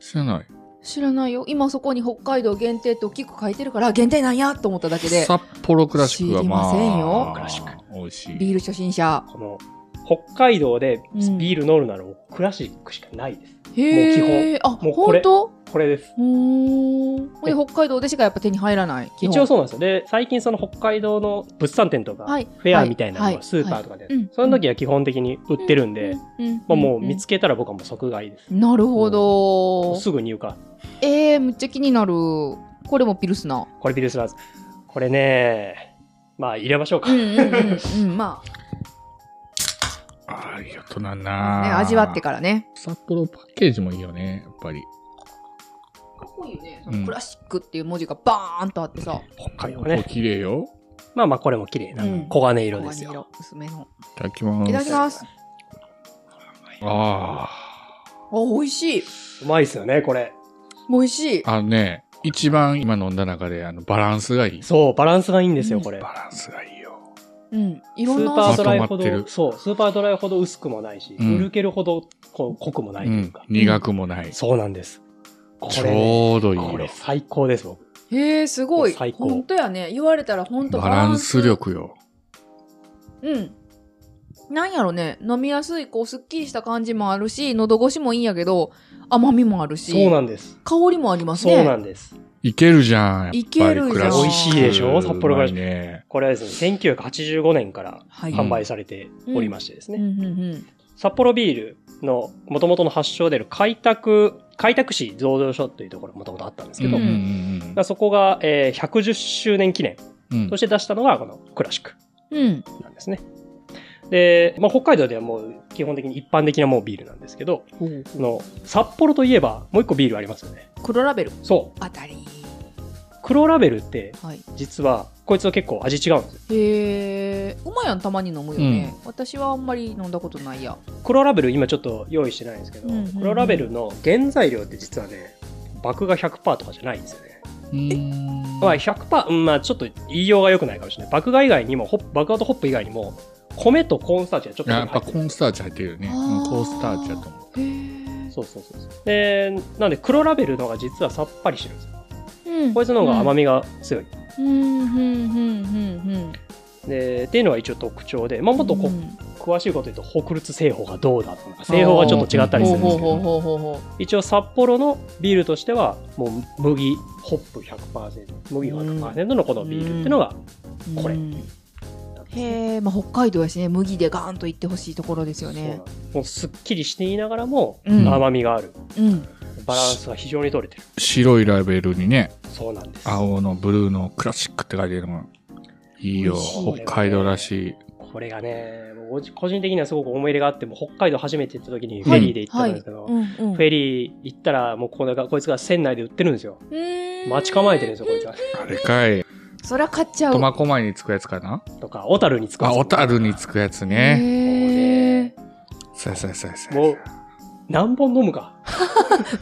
Speaker 2: 知らない。
Speaker 1: 知らないよ。今そこに北海道限定と大きく書いてるから、限定なんやと思っただけで、
Speaker 2: 札幌クラシックはまあ、
Speaker 1: 知りませんよ
Speaker 7: クラシック
Speaker 2: 美味し
Speaker 1: ビー
Speaker 2: い。
Speaker 1: ル初心者。
Speaker 7: この北海道で
Speaker 1: うん
Speaker 7: ビール飲るならクラシックしかないです。
Speaker 1: へえ。あ、
Speaker 7: もうこ
Speaker 1: 本
Speaker 7: れ
Speaker 1: 当
Speaker 7: これです。
Speaker 1: うーん。ほいで北海道でしかやっぱ手に入らない。基本
Speaker 7: 一応そうなんですよ。で、最近その北海道の物産展とか、
Speaker 1: はい
Speaker 7: フェアみたいな
Speaker 1: は
Speaker 7: の
Speaker 1: いは
Speaker 7: が
Speaker 1: い
Speaker 7: スーパーとかで、
Speaker 1: うん
Speaker 7: その時は基本的に売ってるんで、
Speaker 1: うんん
Speaker 7: まあ
Speaker 1: ん
Speaker 7: もう見つけたら僕はもう即買いです。
Speaker 1: なるほど。
Speaker 7: すぐ入荷。
Speaker 1: えー、めっちゃ気になる。これもピルスナ
Speaker 7: これビルスラーズ。これね、まあ入れましょうか。
Speaker 1: ー。うんうんうん うん。ま
Speaker 2: ああ、いい音だ
Speaker 1: あ、
Speaker 2: な、
Speaker 1: ね、味わってからね。
Speaker 2: 札幌パッケージもいいよね、やっぱり。
Speaker 1: かっこいいよね。
Speaker 2: うん
Speaker 1: クラシックっていう文字がバーンとあってさ。
Speaker 7: 北海道
Speaker 2: ここ
Speaker 7: ね。
Speaker 2: 綺麗よ。
Speaker 7: まあまあこれも綺麗な
Speaker 1: うん
Speaker 7: 黄金色ですよ。
Speaker 1: 黄金色薄めの。
Speaker 2: いただきます。
Speaker 1: いただきます。
Speaker 2: あ
Speaker 1: あ、美味しい。
Speaker 7: うまいですよね、これ。
Speaker 1: 美味しい。
Speaker 2: あ。あのね、一番今飲んだ中で、あの、バランスがいい。
Speaker 7: そう、バランスがいいんですよ、これ。
Speaker 2: バランスがいいよ。
Speaker 1: うん。い
Speaker 7: ス
Speaker 1: ろん
Speaker 7: ー
Speaker 1: な
Speaker 7: パー
Speaker 1: 味
Speaker 7: ドライほ
Speaker 2: まとまって
Speaker 7: ど、
Speaker 2: る
Speaker 7: そう、スーパードライほど薄くもないし、
Speaker 2: うん
Speaker 7: ぬるけるほどこう濃くもないうというんか。。
Speaker 2: 苦くもない。
Speaker 7: そうなんです。こ
Speaker 2: ち
Speaker 7: れね、
Speaker 2: ょうどいい
Speaker 7: これ
Speaker 2: よ。
Speaker 7: 最高です、僕。
Speaker 1: へえ、すごい。
Speaker 7: 最高
Speaker 1: 本当やね。言われたら本当
Speaker 2: バランス。力よ。
Speaker 1: うん。なんやろね。飲みやすい、こう、すっきりした感じもあるし、喉越しもいいんやけど、甘みもあるし、
Speaker 7: そうなんです。
Speaker 1: 香りもありますね。
Speaker 7: そうなんです。
Speaker 2: いけるじゃん。やっぱり
Speaker 1: いけるじゃん
Speaker 2: クラシック
Speaker 1: 美味しい
Speaker 7: でしょ札幌クラシック
Speaker 2: うまいね。
Speaker 7: これはですね、1985年から
Speaker 1: はい。
Speaker 7: 販売されておりましてで
Speaker 1: う
Speaker 7: すね、
Speaker 1: んうんうん。
Speaker 7: 札幌ビールの元々の発祥である開拓、開拓市醸造所というところがもともとあったんですけど、
Speaker 2: うんうんうんうん
Speaker 7: まあそこが、えー110周年記念
Speaker 2: うん
Speaker 7: そして出したのがこのクラシック
Speaker 1: うん。
Speaker 7: なんですね。で、まあ、北海道ではもう基本的に一般的なもうビールなんですけど、あの札幌といえばもう一個ビールありますよね。
Speaker 1: 黒ラベル
Speaker 7: そう。
Speaker 1: あたり。
Speaker 7: 黒ラベルって
Speaker 1: はい。
Speaker 7: 実はこいつは結構味違うんですよ。
Speaker 1: へえ。うまやんたまに飲むよね。私はあんまり飲んだことないや。
Speaker 7: 黒ラベル今ちょっと用意してないんですけど、
Speaker 1: うんうんうん
Speaker 7: 黒ラベルの原材料って実はね、麦が100%とかじゃないんですよね。
Speaker 2: うん
Speaker 7: まあ、100%、うんまあ、ちょっと言いようが良くないかもしれない。麦芽以外にも、ホップ麦芽とホップ以外にも、米とコーンスターチがちょっと
Speaker 2: や
Speaker 7: 入
Speaker 2: っ
Speaker 7: って
Speaker 2: ぱ
Speaker 7: る
Speaker 2: コーンスターチ入ってるよね。
Speaker 1: あ
Speaker 2: う
Speaker 1: ー
Speaker 2: んコーンスターチだと思う。
Speaker 1: へえ。
Speaker 7: そうそうそうそう。で、なんで黒ラベルの方が実はさっぱりしてるんですよ。
Speaker 1: うん
Speaker 7: こいつの方が甘みが強い。
Speaker 1: うんうんうんうん
Speaker 7: で、っていうのが一応特徴で、まあ、
Speaker 1: うん。
Speaker 7: もっとこう
Speaker 1: うん
Speaker 7: 詳しいこと言うと、北立製法がどうだとか、製法がちょっと違ったり
Speaker 1: ほ
Speaker 7: す
Speaker 1: う
Speaker 7: るんで
Speaker 1: ほう
Speaker 7: すけ
Speaker 1: ほう
Speaker 7: ど、
Speaker 1: ほうほうほ
Speaker 7: 一応札幌のビールとしては、もう麦、ホップ100%、麦100%のこのビールっていうのが、
Speaker 1: う。
Speaker 7: これ
Speaker 1: うんへえ。まあ北海道やしね、麦でガーンと行ってほしいところですよ
Speaker 7: そうなん
Speaker 1: ね
Speaker 7: で。すもうすっきりしていながらも、
Speaker 1: うん
Speaker 7: 甘みがある。
Speaker 1: うん。
Speaker 7: バランスが非常に取れてる。
Speaker 2: 白いラベルにね、
Speaker 7: そうなんです。
Speaker 2: 青のブルーのクラシックって書いてるのがいいよ
Speaker 1: 美味しいよ。ね
Speaker 2: 北海道らしい。
Speaker 7: これがね、もう個人的にはすごく思い入れがあって、もう北海道初めて行った時に
Speaker 2: い
Speaker 7: フェリーで行った
Speaker 1: は
Speaker 7: んで
Speaker 1: い。
Speaker 7: すけど、
Speaker 1: うんうん
Speaker 7: フェリー行ったら、もうこのこいつが船内で売ってるんですよ。
Speaker 1: うーん
Speaker 7: 待ち構えてるんですよ、こいつは。
Speaker 2: あれかい。
Speaker 1: そりゃ買っちゃう。
Speaker 2: 苫小牧に着くやつかな
Speaker 7: とか、小樽に着くんで
Speaker 2: あ、
Speaker 7: すよ
Speaker 2: 小樽に着くやつね。
Speaker 1: へえ。
Speaker 2: そうやそうやそうやそうや
Speaker 7: もう、何本飲むか。
Speaker 1: フ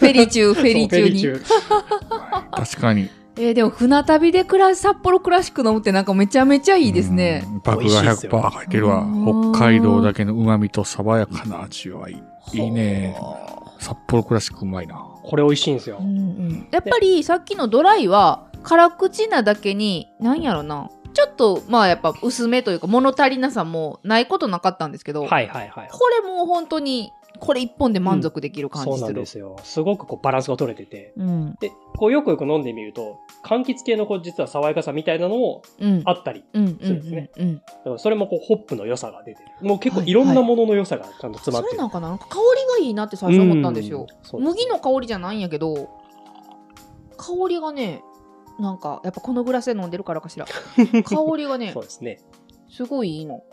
Speaker 1: ェリー中、フェリー中に。
Speaker 7: そうフェリー
Speaker 2: 確かに。
Speaker 1: えー、でも船旅でクラ札幌クラシック飲むってなんかめちゃめちゃいいですね。
Speaker 2: うん。麦
Speaker 7: 美
Speaker 2: が
Speaker 7: 味しいっすよ
Speaker 2: 100%入ってるわ
Speaker 1: う。ん
Speaker 2: 北海道だけの旨味と爽やかな味わい。いいね
Speaker 1: ほ
Speaker 2: 札幌クラシックうまいな。
Speaker 7: これ美味しいんですよ
Speaker 1: う。うんうんやっぱりさっきのドライは辛口なだけに、なんやろな。ちょっとまあやっぱ薄めというか物足りなさもないことなかったんですけど、
Speaker 7: はいはいはい。
Speaker 1: これもう本当にこれ一本で満足できる感じ
Speaker 7: そうな
Speaker 1: す
Speaker 7: ん
Speaker 1: る
Speaker 7: で。すよ。すごくこうバランスが取れてて。
Speaker 1: うん。
Speaker 7: で、こうよくよく飲んでみると、柑橘系のこう実は爽やかさみたいなのも
Speaker 1: うん。
Speaker 7: あったり、
Speaker 1: うん
Speaker 7: そうですね
Speaker 1: うんうんうん
Speaker 7: だからそれもこうホップの良さが出てる。もう結構
Speaker 1: はい
Speaker 7: いろんなものの良さがちゃんと詰まって
Speaker 1: そう
Speaker 7: る。
Speaker 1: なんかななんか香りがいいなって最初思ったんですよ。
Speaker 7: う。そう
Speaker 1: 麦の香りじゃないんやけど香りがねなんかやっぱこのグラスで飲んでるから かしら香りがね
Speaker 7: そうですね。
Speaker 1: すごいいいの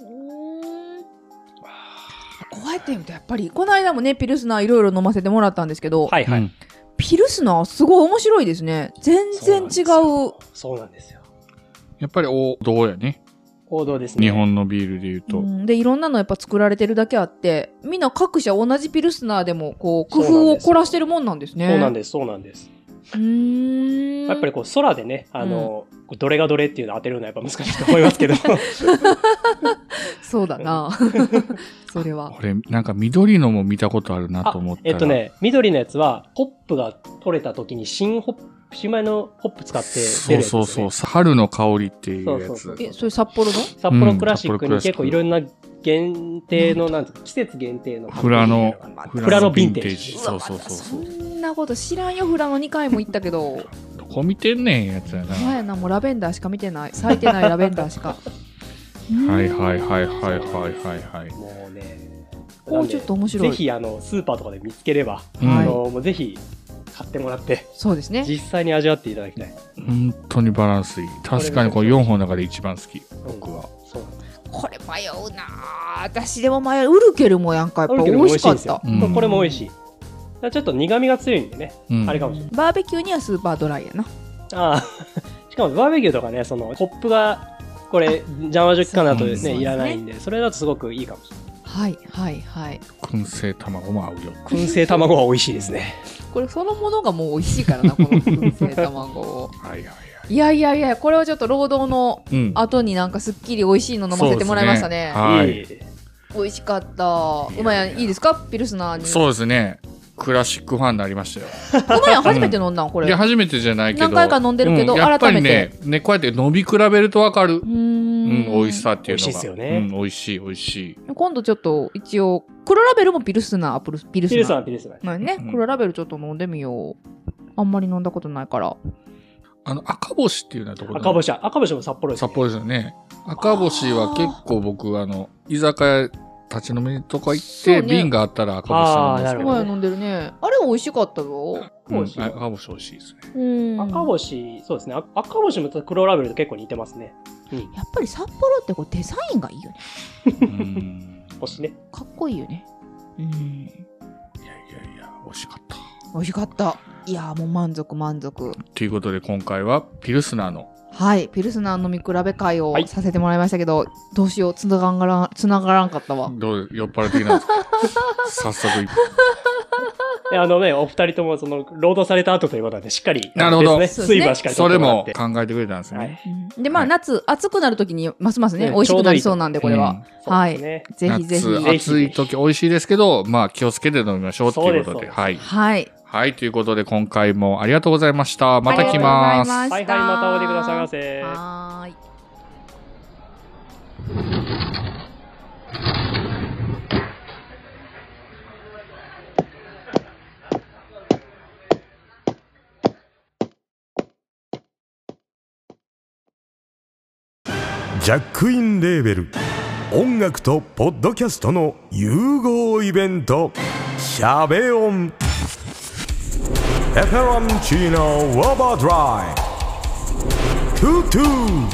Speaker 1: うーんこうやって言うとやっぱりこの間もねピルスナーいろいろ飲ませてもらったんですけど、
Speaker 7: はいはい。
Speaker 2: うん
Speaker 1: ピルスナーすごい面白いですね全然違う
Speaker 7: そうなんですよ。
Speaker 2: やっぱり王道やね。
Speaker 7: 王道ですね。
Speaker 2: 日本のビールで言う
Speaker 1: う
Speaker 2: と。
Speaker 1: んでいろんなのやっぱ作られてるだけあってみんな各社同じピルスナーでもこう工
Speaker 7: そう
Speaker 1: 夫を
Speaker 7: なんです
Speaker 1: 凝らしてるもんなんですね
Speaker 7: そうなん
Speaker 1: で
Speaker 7: です、そうなんです。
Speaker 1: すうーん
Speaker 7: やっぱりこう空でね、あの、こうどれがどれっていうのを当てるのはやっぱ難しいと思いま すけど。
Speaker 1: そうだな。 それ は。
Speaker 2: 俺、なんか緑のも見たことあるなと思ったら。
Speaker 7: えっとね、緑のやつは、ホップが取れた時に新ホップ、新米のホップ使って出
Speaker 2: そ
Speaker 7: るやつ、ね。
Speaker 2: うそうそう。春の香りっていうや
Speaker 7: そうそう
Speaker 2: つ
Speaker 7: そ。う
Speaker 1: え、それ札幌の
Speaker 7: 札幌クラシック
Speaker 2: うん
Speaker 7: に
Speaker 2: 札
Speaker 7: 結構
Speaker 2: 幌
Speaker 7: い
Speaker 2: クラ
Speaker 7: ろんな限定の、なんていうか季節限定の。
Speaker 2: フラの、
Speaker 7: フラのヴィンテージ
Speaker 2: フラのヴィンテージそうそうそうそう。
Speaker 1: そんなこと知らんよ、フラの2回も行ったけ ど。
Speaker 2: どこ見てんねんやつやな。
Speaker 1: お前やな、もうラベンダーしか見てない。咲いてないラベンダーし
Speaker 2: は
Speaker 1: か。
Speaker 2: いはいはいはいはいはいはい。
Speaker 7: もうね。
Speaker 1: こ
Speaker 7: なん
Speaker 1: う
Speaker 7: で
Speaker 1: ちょっと面白
Speaker 7: ぜ
Speaker 1: い。
Speaker 7: ひ、あの、スーパーとかで見つければ、
Speaker 2: うん
Speaker 7: あ
Speaker 1: はい
Speaker 7: の、もうぜひ買ってもらって、
Speaker 1: そうですね。
Speaker 7: 実際に味わっていただきたい。
Speaker 2: 本当にバランスいい。確かにこれ4本の中で一番好き。
Speaker 7: 僕
Speaker 2: は。
Speaker 7: そうなんです
Speaker 1: これ迷うなぁ私でも迷う。ウルケルもやんか、やっぱ
Speaker 7: ウルケ
Speaker 1: 美
Speaker 7: ルも
Speaker 1: 味しかった。
Speaker 7: 美味しいんで
Speaker 2: う
Speaker 7: すよ
Speaker 2: ん
Speaker 7: これも美味しい。だからちょっと苦味が強いんでね、
Speaker 2: うん
Speaker 7: あれかもしれない。
Speaker 1: バーベキューにはスーパードライやな。
Speaker 7: ああしかもバー ベキューとかね、そのコップが、これ、邪魔除きかなと
Speaker 2: そうです
Speaker 7: ね、
Speaker 1: ね
Speaker 7: いらないんで、それだとすごくいいかもしれない。
Speaker 1: はいはいはい。
Speaker 2: 燻製卵も合うよ。
Speaker 7: 燻製卵は美味しいですね。
Speaker 1: これそのものがもう美味しいか らな、この燻製卵を。
Speaker 2: はいはいはい。
Speaker 1: いやいやいや、これはちょっと労働の
Speaker 2: うん。
Speaker 1: 後になんかすっきり美味しいの飲ませてもらいましたね。
Speaker 2: そうですねはい
Speaker 7: い。
Speaker 1: 美味しかった。うまやん、いいですかピルスナーに。
Speaker 2: そうですね。クラシックファンになりましたよ。
Speaker 1: うまやん、初めて飲んだん、こ
Speaker 2: い
Speaker 1: れ。
Speaker 2: や、
Speaker 1: う
Speaker 2: 初めてじゃないけど。
Speaker 1: 何回か飲んでるけど
Speaker 2: うやっぱり
Speaker 1: 改
Speaker 2: ね、ね、こうやって飲み比べるとわかる。
Speaker 1: ー
Speaker 2: うんん、美味し。さっていうのが。
Speaker 7: 美味しいっすよね
Speaker 2: うん、美味しい、美味しい。
Speaker 1: 今度ちょっと、一応、黒ラベルもピルスナー、ピルスピルス
Speaker 7: ピ
Speaker 1: ナ
Speaker 7: ル
Speaker 1: ー。
Speaker 7: さん、ピルさん。
Speaker 1: まあね
Speaker 2: うん、
Speaker 1: 黒ラベルちょっと飲んでみよう。あんまり飲んだことないから。
Speaker 2: あの、赤星っていうのはどこだ
Speaker 7: 赤星は、赤星も札幌です、
Speaker 2: 札幌ですよね。赤星は結構僕、あの、居酒屋立ち飲みとか行っ
Speaker 1: そう
Speaker 2: て、
Speaker 1: ね
Speaker 2: 瓶があったら赤星さんです
Speaker 7: あーなる
Speaker 2: け
Speaker 7: ほ
Speaker 2: ど
Speaker 7: ど
Speaker 1: 前飲んでるね。あれ美味しかったぞ。
Speaker 7: ど
Speaker 2: うんあ赤星美味しいですね。
Speaker 1: うん。
Speaker 7: 赤星、そうですね。あ赤星も黒ラベルと結構似てますね。うん。
Speaker 1: やっぱり札幌ってこうデザインがいいよね。
Speaker 2: うん
Speaker 7: 星ね。
Speaker 1: かっこいいよね。うん。
Speaker 2: いやいやいや、美味しかった。
Speaker 1: 美味しかった。いやーもう満足満足。
Speaker 2: ということで今回はピルスナーの
Speaker 1: はい。ピルスナー飲み比べ会を
Speaker 7: はい
Speaker 1: させてもらいましたけど、どうしよう。つながらん、つながらんかったわ。
Speaker 2: どう酔っ払ってきなんですか早 速一
Speaker 7: であのね、お二人とも、その、労働された後ということなんで、しっかり、
Speaker 2: なるほど
Speaker 7: ですね水分はしっか
Speaker 2: 杯
Speaker 7: り
Speaker 2: そ
Speaker 7: 取
Speaker 2: れ
Speaker 7: ってもらっ
Speaker 2: も
Speaker 7: て。
Speaker 2: 考えてくれたんですね。
Speaker 7: はい
Speaker 1: うんで、まあ
Speaker 2: はい
Speaker 1: 夏、暑くなるときにますますね、
Speaker 7: ね
Speaker 1: 美味しくなりそうなんで、これは。は
Speaker 7: そうです
Speaker 1: い。
Speaker 7: ね。
Speaker 1: ぜひぜひ。
Speaker 2: 夏暑い時美味しいですけど、まあ気をつけて飲みましょうというこ
Speaker 7: そう
Speaker 2: と
Speaker 7: で
Speaker 2: で。
Speaker 7: す
Speaker 2: はい。
Speaker 1: はい。
Speaker 2: はい、ということで今回もありがとうございました。また来
Speaker 1: あ
Speaker 2: ま
Speaker 1: り
Speaker 2: す。
Speaker 1: がとうござ
Speaker 7: はい
Speaker 1: い
Speaker 7: はい、またおいでくださいま
Speaker 1: せ。
Speaker 7: せ。
Speaker 1: はーい。
Speaker 9: ジャックインレーベル音楽とポッドキャストの融合イベント「シャベオン」「エフェロンチーノウォーバードライ」「トゥトゥ」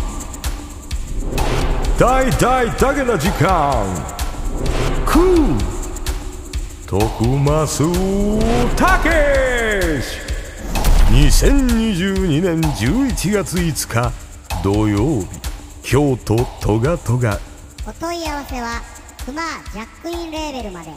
Speaker 9: 「大大だけな時間」「クー」「徳マスたけし」2022年11月5日土曜日京都トガトガ
Speaker 3: お問い合わせはクマージャックインレーベルまで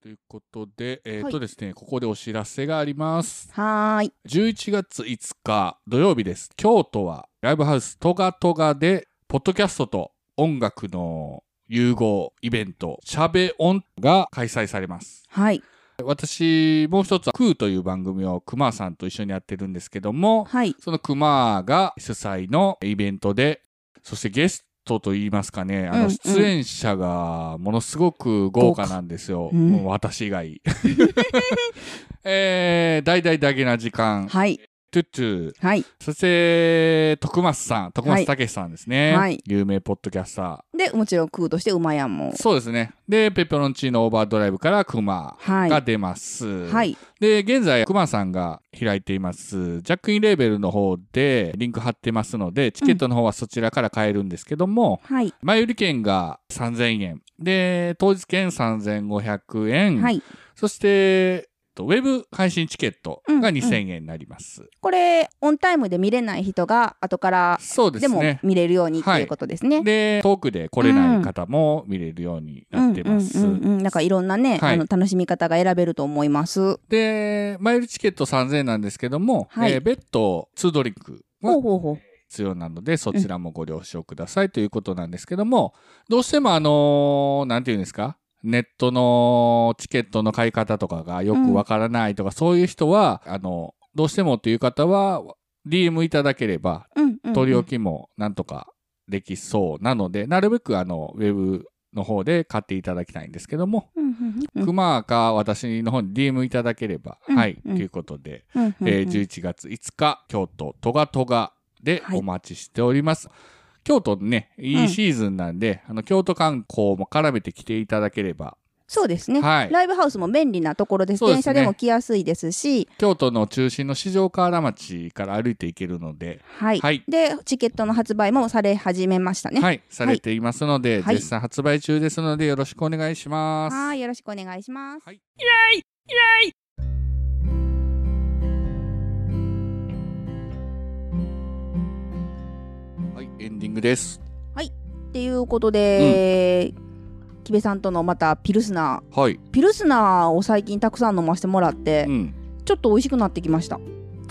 Speaker 2: ということで、えー
Speaker 1: は
Speaker 2: っ
Speaker 1: い
Speaker 2: とですね、ここでお知らせがあります。
Speaker 10: はーい。
Speaker 2: 11月5日土曜日です。京都はライブハウストガトガで、ポッドキャストと音楽の融合イベント、しゃべ音が開催されます。
Speaker 10: はい。
Speaker 2: 私、もう一つは、クーという番組をクマさんと一緒にやってるんですけども、
Speaker 10: はい。
Speaker 2: そのクマが主催のイベントで、そしてゲストと言いますかね、あ
Speaker 10: うんう
Speaker 2: の、
Speaker 10: ん
Speaker 2: 出演者がものすごく豪華なんですよ。
Speaker 10: 華うん
Speaker 2: もう私以外。 えー、大々だけな時間、
Speaker 10: はい。
Speaker 2: トゥットゥ、
Speaker 10: はい。
Speaker 2: そして、徳松さん、徳松たけしさんですね、
Speaker 10: はい
Speaker 2: 有名ポッドキャスタ
Speaker 10: で、もちろん空としてうまやんも
Speaker 2: ー。。そうですね。で、ペペロンチーノオーバードライブからクマ
Speaker 10: はい
Speaker 2: が出ます。
Speaker 10: はい。
Speaker 2: で、現在、クマさんが開いています、ジャックインレーベルの方でリンク貼ってますので、チケットの方はそちらから買えるんですけども、
Speaker 10: はい。
Speaker 2: 前売り券が3000円。で、当日券3500円。
Speaker 10: はい。
Speaker 2: そして、えっとウェブ配信チケットが2000円になります。
Speaker 10: これ、オンタイムで見れない人が、後から、
Speaker 2: そうで
Speaker 10: ですも
Speaker 2: ね。
Speaker 10: 見れるようにっていうことですね。
Speaker 2: で、遠くで来れない方も見れるように
Speaker 10: う
Speaker 2: な
Speaker 10: ん
Speaker 2: ってます。
Speaker 10: うんうんうん。なんかいろんなね、
Speaker 2: はい
Speaker 10: あの、楽しみ方が選べると思います。
Speaker 2: で、前売りチケット3000円なんですけども、
Speaker 10: はい
Speaker 2: えー別途2ドリンク
Speaker 10: ほ
Speaker 2: は
Speaker 10: うほうほう。
Speaker 2: 必要なので、そちらもご了承くださいということなんですけども、どうしてもあのーなんていうんですか、ネットのチケットの買い方とかがよくわからないとか、そういう人は、あの、どうしてもという方は、DM いただければ、
Speaker 10: うんうん、うん。
Speaker 2: 取り置きもなんとかできそうなので、なるべくあの、ウェブの方で買っていただきたいんですけども、
Speaker 10: うんうんうん。
Speaker 2: クマか私の方に DM いただければ、
Speaker 10: うん
Speaker 2: はい、と
Speaker 10: うん
Speaker 2: いうことで、
Speaker 10: うんうんうん
Speaker 2: えー11月5日、京都トガトガで
Speaker 10: はい
Speaker 2: お待ちしております。京都ね、いいシーズンなんで、あの、京都観光も絡めて来ていただければ、
Speaker 10: そうですね、
Speaker 2: はい
Speaker 10: ライブハウスも便利なところです。
Speaker 2: そうですね
Speaker 10: 電車でも来やすいですし、
Speaker 2: 京都の中心の四条河原町から歩いて行けるので、
Speaker 10: はい。
Speaker 2: はい
Speaker 10: で、チケットの発売もされ始めましたね。
Speaker 2: はい、されていますので、
Speaker 10: はい
Speaker 2: 絶賛発売中ですので、よろしくお願いします。
Speaker 10: はいよろしくお願いします。
Speaker 2: はいはい、エンディングです。
Speaker 10: っていうことで、木部さんとのまたピルスナ
Speaker 2: はい、
Speaker 10: ー、ピルスナーを最近たくさん飲ませてもらって、
Speaker 2: うん。
Speaker 10: ちょっと美味しくなってきました。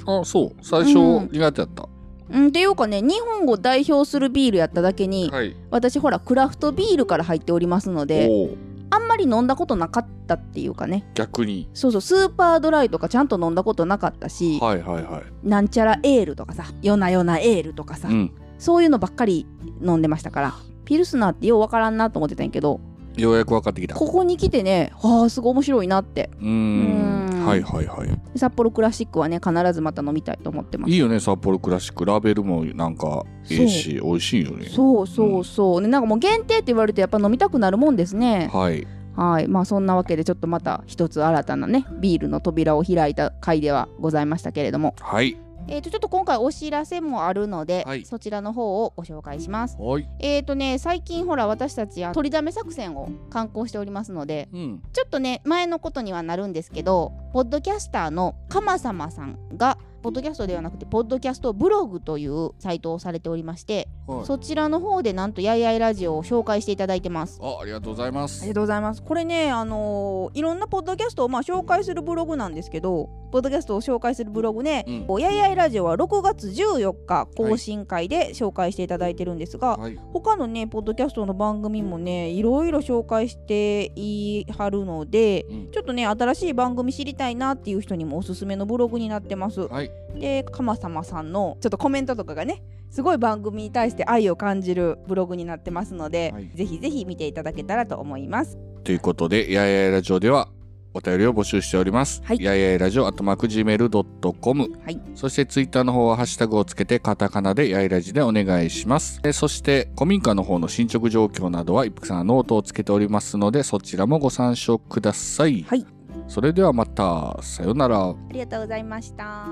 Speaker 2: あ、そう、最
Speaker 10: 初
Speaker 2: 初
Speaker 10: うん
Speaker 2: 苦手だった。
Speaker 10: うん、っていうかね、日本を代表するビールやっただけに、
Speaker 2: はい。
Speaker 10: 私ほらクラフトビールから入っておりますので、
Speaker 2: おー
Speaker 10: あんまり飲んだことなかったっていうかね。
Speaker 2: 逆に。
Speaker 10: そうそう、スーパードライとかちゃんと飲んだことなかったし、
Speaker 2: はいはいはい。
Speaker 10: なんちゃらエールとかさ、夜な夜なエールとかさ、
Speaker 2: うん。
Speaker 10: そういうのばっかり飲んでましたからピルスナーってようわからんなと思ってたんやけど
Speaker 2: ようやく分かってきた。
Speaker 10: ここに来てねあーすごい面白いなって
Speaker 2: うー。
Speaker 10: うんうん
Speaker 2: はいはいはい。
Speaker 10: 札幌クラシックはね必ずまた飲みたいと思ってます
Speaker 2: いいよね、札幌クラシック。ラベルもなんか、ええし、美味しいよね。
Speaker 10: そうそうそう、ねなんかもう限定って言われるとやっぱ飲みたくなるもんですね
Speaker 2: はい。
Speaker 10: はいまあそんなわけでちょっとまた一つ新たなねビールの扉を開いた回ではございましたけれども
Speaker 2: はい。
Speaker 10: えー、とちょっと今回お知らせもあるので、
Speaker 2: はい
Speaker 10: そちらの方をご紹介します。
Speaker 2: はい。
Speaker 10: えーとね、最近ほら私たちは取りだめ作戦を刊行しておりますので
Speaker 2: うん。
Speaker 10: ちょっとね前のことにはなるんですけどポッドキャスターのかまさまさんがポッドキャストではなくてポッドキャストブログというサイトをされておりまして、
Speaker 2: はい
Speaker 10: そちらの方でなんとやいやいラジオを紹介していただいてます。
Speaker 2: あ、ありがとうございます。
Speaker 10: とうございます。これね、あのーいろんなポッドキャストをまあ紹介するブログなんですけど、ポッドキャストを紹介するブログね、
Speaker 2: うん
Speaker 10: こうやいやいラジオは6月14日更新会で紹介していただいてるんですが、
Speaker 2: はい。
Speaker 10: 他のね、ポッドキャストの番組もね、いろいろ紹介していはるので、
Speaker 2: うん
Speaker 10: ちょっとね、新しい番組知りたいなっていう人にもおすすめのブログになってます。
Speaker 2: はい。
Speaker 10: で、かまさまさんのちょっとコメントとかがね、すごい番組に対して愛を感じるブログになってますので、
Speaker 2: はい
Speaker 10: ぜひぜひ見ていただけたらと思います。
Speaker 2: ということで、やいやいラジオでは、お便りを募集しております。
Speaker 10: はい
Speaker 2: やいやいラジオ、あとマーク Gmail.com。
Speaker 10: はい。
Speaker 2: そしてツイッターの方はハッシュタグをつけて、カタカナでやいラジでお願いします。えそして、古民家の方の進捗状況などは、一服さんのノートをつけておりますので、そちらもご参照ください。
Speaker 10: はい。
Speaker 2: それではまた、さようなら。
Speaker 10: ありがとうございました。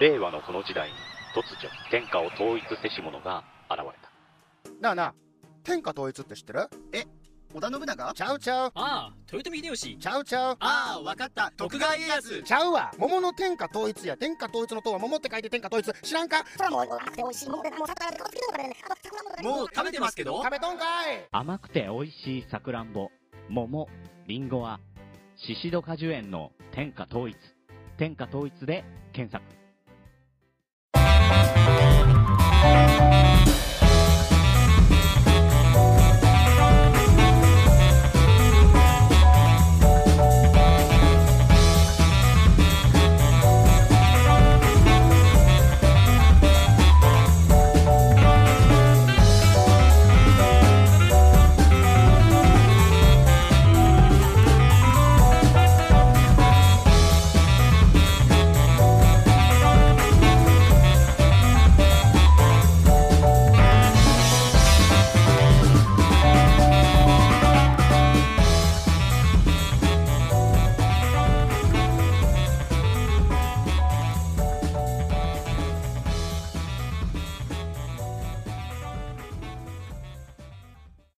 Speaker 11: 令和のこの時代に突如天下を統一せし者が現れた
Speaker 12: なあなあ、天下統一って知ってるえ、織田信長ちゃうちゃう。ああ、豊臣秀吉。ちゃうちゃう。ああ、わかった。徳川家康。ちゃうわ。桃の天下統一や。天下統一の塔は桃って書いて天下統一。知らんかそれもう甘くて美味しいもんで、もう桜でこっちからね。もう食べてますけど食べとんかい
Speaker 11: 甘くて美味しいさくらんぼ桃りんごはシシド果樹園の天下統一天下統一で検索